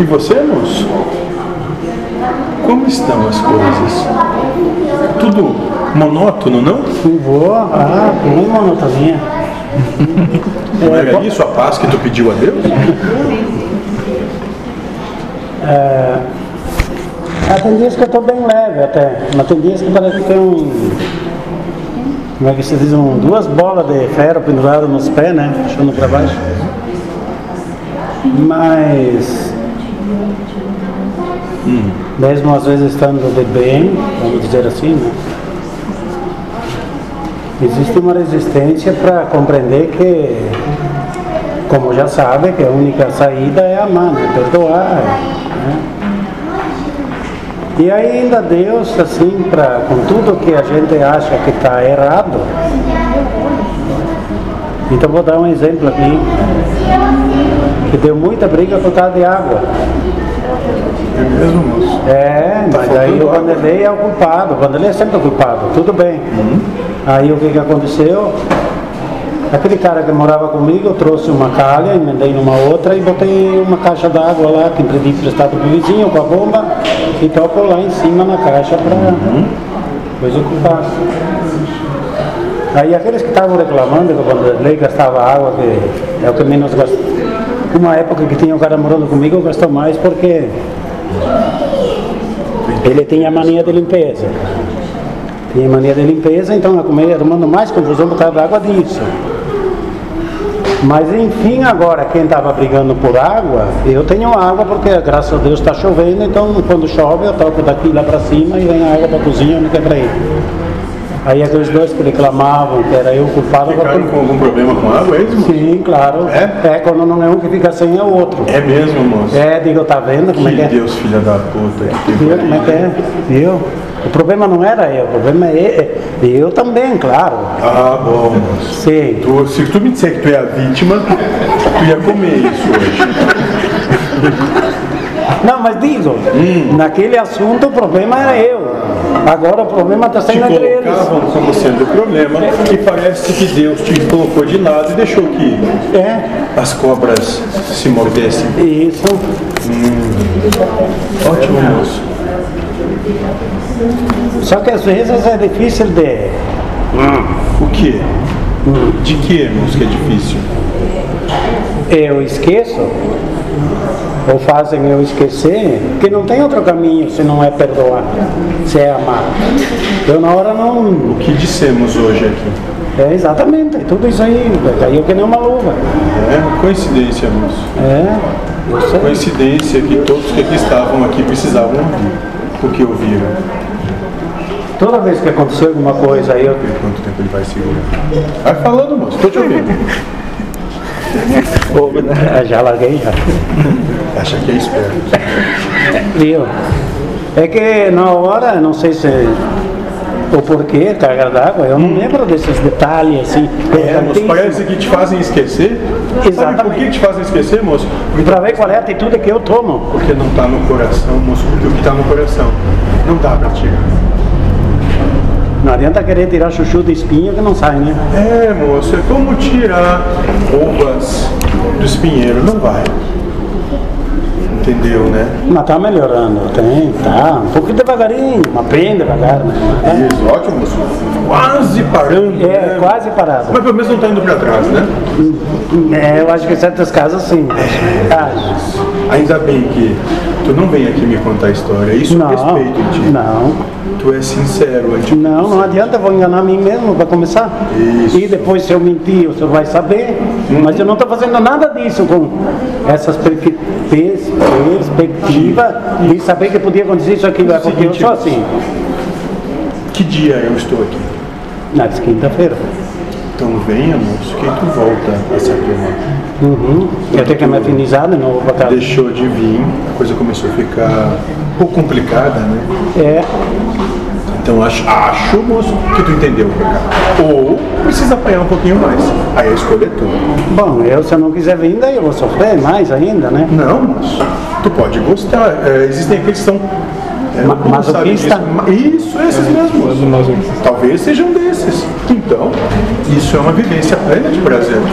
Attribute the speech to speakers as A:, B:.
A: E você, moço? Como estão as coisas? Tudo monótono, não?
B: Boa, ah, bem monotoninha.
A: Não é era isso a paz que tu pediu a Deus?
B: Ah, tem dias que eu estou bem leve até, mas tem dias que parece que tem um. Como é que se diz? Um, duas bolas de ferro penduradas nos pés, né? Puxando para baixo. Mas. Mesmo às vezes estando de bem, vamos dizer assim, né? Existe uma resistência para compreender que, como já sabe, que a única saída é amar, né? perdoar. Né? E ainda Deus, assim, pra, com tudo que a gente acha que está errado. Então vou dar um exemplo aqui, que deu muita briga por causa de água.
A: É mesmo, moço?
B: É,
A: Tá
B: mas aí
A: faltando
B: o
A: água.
B: Vanderlei é o culpado, o Vanderlei é sempre o culpado, tudo bem. Aí o que, que aconteceu? Aquele cara que morava comigo, eu trouxe uma calha, emendei numa outra e botei uma caixa d'água lá, que pedi emprestado pro vizinho com a bomba, e toco lá em cima na caixa para depois ocupar. Aí aqueles que estavam reclamando que o Vanderlei gastava água, que é o que menos gasta. Uma época que tinha um cara morando comigo, gastou mais porque ele tinha mania de limpeza. Tinha mania de limpeza, então eu comia arrumando mais confusão por causa da água disso. Mas enfim, agora quem estava brigando por água, eu tenho água porque graças a Deus está chovendo, então quando chove eu toco daqui lá para cima e vem a água para cozinha, eu não quebrei. Aí aqueles dois que reclamavam que era eu o culpado,
A: Ficaram com algum problema com água, é isso, moço?
B: sim, claro.
A: É?
B: é, quando não é um que fica sem é o outro.
A: É mesmo, moço?
B: É, digo, tá vendo como é que
A: Que
B: é?
A: Deus, filha da puta. que teve
B: Viu como é que é? Viu? O problema não era eu, o problema é é- eu também, claro.
A: Ah, bom, moço.
B: Sim.
A: Tu- se tu me disser que tu é a vítima, tu ia comer isso hoje.
B: Não, mas digo, naquele assunto o problema era eu. Agora o problema está
A: Te
B: sendo entre eles.
A: colocavam como sendo o problema e parece que Deus te colocou de lado e deixou que
B: É,
A: as cobras se mordessem.
B: isso.
A: Ótimo, moço.
B: Só que às vezes é difícil de.
A: Ah, O que? De que, moço, que é difícil?
B: Eu esqueço, ou fazem eu esquecer, que não tem outro caminho se não é perdoar, se é amar. Eu na hora não.
A: O que dissemos hoje aqui?
B: É exatamente, tudo isso aí, caiu que nem uma luva.
A: É coincidência, moço.
B: É, eu sei.
A: Coincidência que todos que aqui estavam aqui precisavam ouvir o que ouviram.
B: Toda vez que aconteceu alguma coisa aí, eu...
A: Por quanto tempo ele vai segurar? Vai falando, moço. Tô te ouvindo.
B: Ah, já larguei já.
A: Acha que é esperto.
B: Viu? É que na hora, não sei se o porquê, carga d'água, eu não lembro desses detalhes assim.
A: Hum. É, moço,
B: importantíssimos.
A: parece que te fazem esquecer. Sabe por
B: Exatamente.
A: que te fazem esquecer, moço?
B: E pra ver qual é a atitude que eu tomo.
A: Porque não tá no coração, moço. Porque o que tá no coração não dá pra tirar.
B: Não adianta querer tirar chuchu do espinho que não sai, né?
A: É, moço, é como tirar uvas do espinheiro. Não vai. Entendeu, né?
B: Mas tá melhorando, tem, tá. Um pouco devagarinho, mas bem devagar, né?
A: Isso, ótimo, moço. Quase parando.
B: É,
A: né?
B: quase parado.
A: Mas pelo menos não tá indo pra trás, né?
B: É, eu acho que em certos casos sim.
A: é.
B: Acho.
A: Ainda bem que tu não vem aqui me contar a história. Isso eu
B: Não,
A: respeito em ti.
B: não.
A: Tu é sincero, antes.
B: Não, não é. adianta, eu vou enganar a mim mesmo para começar.
A: Isso.
B: E depois, se eu mentir, o senhor vai saber. Mas eu não estou fazendo nada disso com essas perfe- pers- perspectiva de saber que podia acontecer isso aqui. Vai acontecer
A: Seguinte.
B: só assim.
A: Que dia eu estou aqui?
B: Na quinta-feira.
A: Então venha, moço, que tu volta a se acalmar.
B: Uhum. Eu tenho que me afinizar de novo para casa.
A: Deixou de vir, a coisa começou a ficar um pouco complicada, né?
B: É,
A: Então acho, acho moço, que tu entendeu o recado. Ou precisa apanhar um pouquinho mais. Aí a escolha é tua.
B: bom, eu se eu não quiser vir, daí eu vou sofrer mais ainda, né?
A: Não, moço, tu pode gostar. É, existem aqueles que são. é,
B: Ma-
A: não sabem disso.
B: masoquista?
A: Ma- Isso, esses um mesmos. Talvez sejam desses. Então, isso é uma vivência plena de prazer.